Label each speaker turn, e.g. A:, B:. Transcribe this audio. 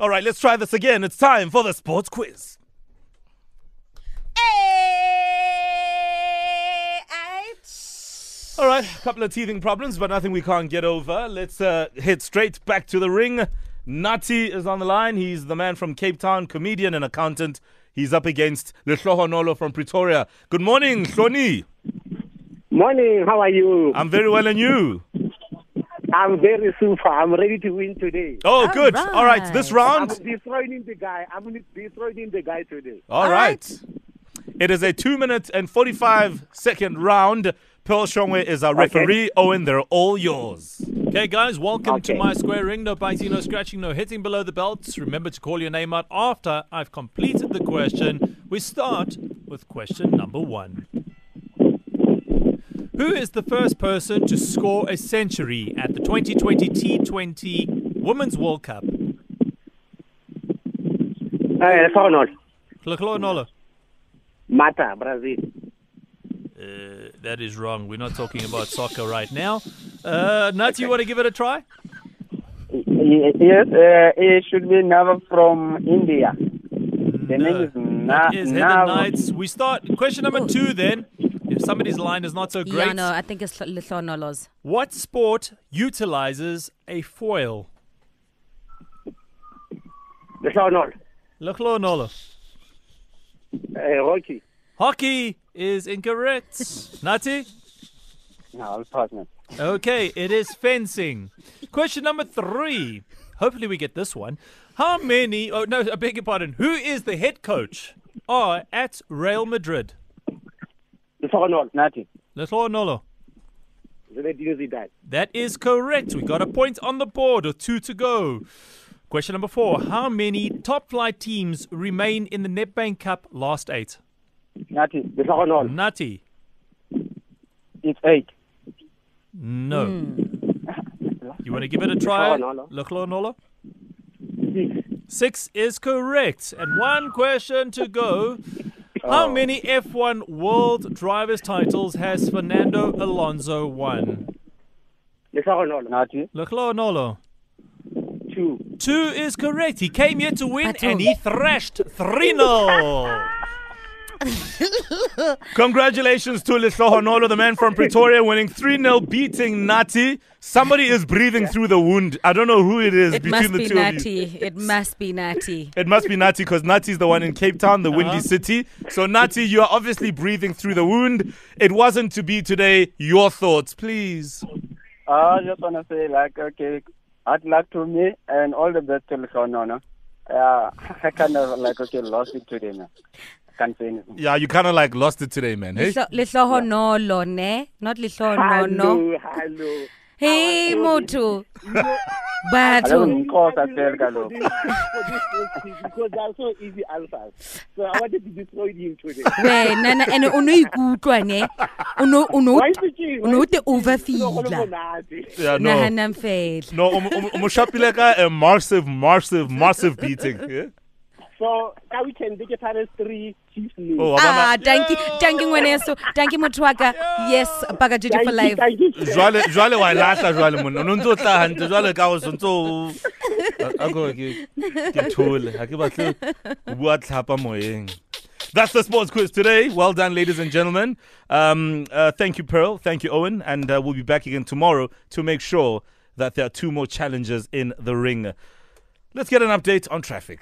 A: All right, let's try this again. It's time for the sports quiz.
B: A-I-T.
A: All right, a couple of teething problems, but nothing we can't get over. Let's uh, head straight back to the ring. Nati is on the line. He's the man from Cape Town, comedian and accountant. He's up against Lehlohonolo from Pretoria. Good morning, Shloni.
C: Morning, how are you?
D: Uh,
A: I'm very well, and you?
C: I'm very super. I'm ready to win today.
A: Oh,
B: All
A: good. All right, this
C: I'm
A: round.
C: destroying the guy. I'm destroying the guy today.
A: All
B: All
A: right.
B: right.
A: It is a two minute and 45 second round. Pearl Shongwe is our referee. Owen, they're all yours.
D: Okay, guys, welcome to
C: Okay.
D: my square ring. No biting, no scratching, no hitting below the belts. Remember to call your name out after I've completed the question. We start with question number one Who is the first person to score a century at the 2020 T20 Women's World Cup?
C: Uh, so not.
D: Klokolo Nolo.
C: Mata, Brazil.
D: Uh, that is wrong. We're not talking about soccer right now. Uh, Nat, you want to give it a try?
E: Yes, uh, it should be Nava from India. The name is Na-
D: It Mm, uh, is Heather
E: Nav-
D: Knights. We start question number two then. If somebody's line is not so great,
B: Yeah, no, I think it's Lithonolo's.
D: what sport utilizes a foil?
C: So not.
D: Lachlo Nolo.
C: Uh, Rocky.
D: Hockey is incorrect. Nati?
E: No, I'll pass now.
D: Okay, it is fencing. Question number three. Hopefully we get this one. How many oh no, I beg your pardon. Who is the head coach? Are at Real Madrid.
C: So not.
E: Nothing.
D: Lachlo Nolo.
C: Zinedine Zidane.
D: That is correct. We got a point on the board or two to go. Question number four. How many top flight teams remain in the NetBank Cup last eight?
E: Nothing.
C: So not.
D: Nati.
E: It's eight.
D: No. You want to give it a try?
C: Lehlohonolo.
D: Lehlohonolo?
C: Six.
D: Six is correct. And one question to go. How many F1 World Drivers titles has Fernando Alonso won?
C: So not.
E: Nothing.
D: Lehlohonolo.
C: Two.
D: Two is correct. He came here to win
B: Battle.
D: and he thrashed 3 0.
A: Congratulations to Lehlohonolo, the man from Pretoria, winning 3 0, beating Nati. Somebody is breathing through the wound. I don't know who it is
B: It
A: between
B: must
A: the
B: be
A: two of you.
B: Natty. It must be Natty.
A: It must be Nati because Nati's the one in Cape Town, the windy
D: Uh-huh.
A: city. So, Nati, you are obviously breathing through the wound. It wasn't to be today. Your thoughts, please.
E: I just want to say, like, okay, good luck to me and all the best to Lesonono. Uh, I kind of, like, okay, lost it today now. Can't say anything.
A: Yeah, you kind of like lost it today, man. Hey?
B: Lihlo- Lihlohonolo, ne? Not Lithonono.
C: Hello. Hello.
B: Hey, motho.
E: Hello,
B: Batho.
E: Nkosi, Asel,
C: For
E: Kaloku.
C: this- for this question, because there are so easy answers. So I wanted to destroy him today.
B: wena na- and o no ikutlwa ne o no- o no-
C: Why is it you?
B: o no te
C: Lehlohonolo
B: overfeela
C: Nati.
A: Yeah, no.
B: naganang fela
A: No, um, um, umshapile ka a massive, massive, massive beating. Yeah?
C: So now we can take a three chiefs name.
A: Oh,
B: Ah,
A: abana.
B: tanki tanki ngweneso tanki motho wa ka yes baka jj for life
C: Thank you. Thank you.
A: Jwale, jwale wa e lahla jwale monna. No ntso tla hantle jwale ka o sontso. Ako ke ke thole. Ha ke batle o bua tlhapa moyeng. That's the sports quiz today. Well done, ladies and gentlemen. Um, uh, thank you, Pearl. Thank you, Owen. And uh, we'll be back again tomorrow to make sure that there are two more challenges in the ring. Let's get an update on traffic.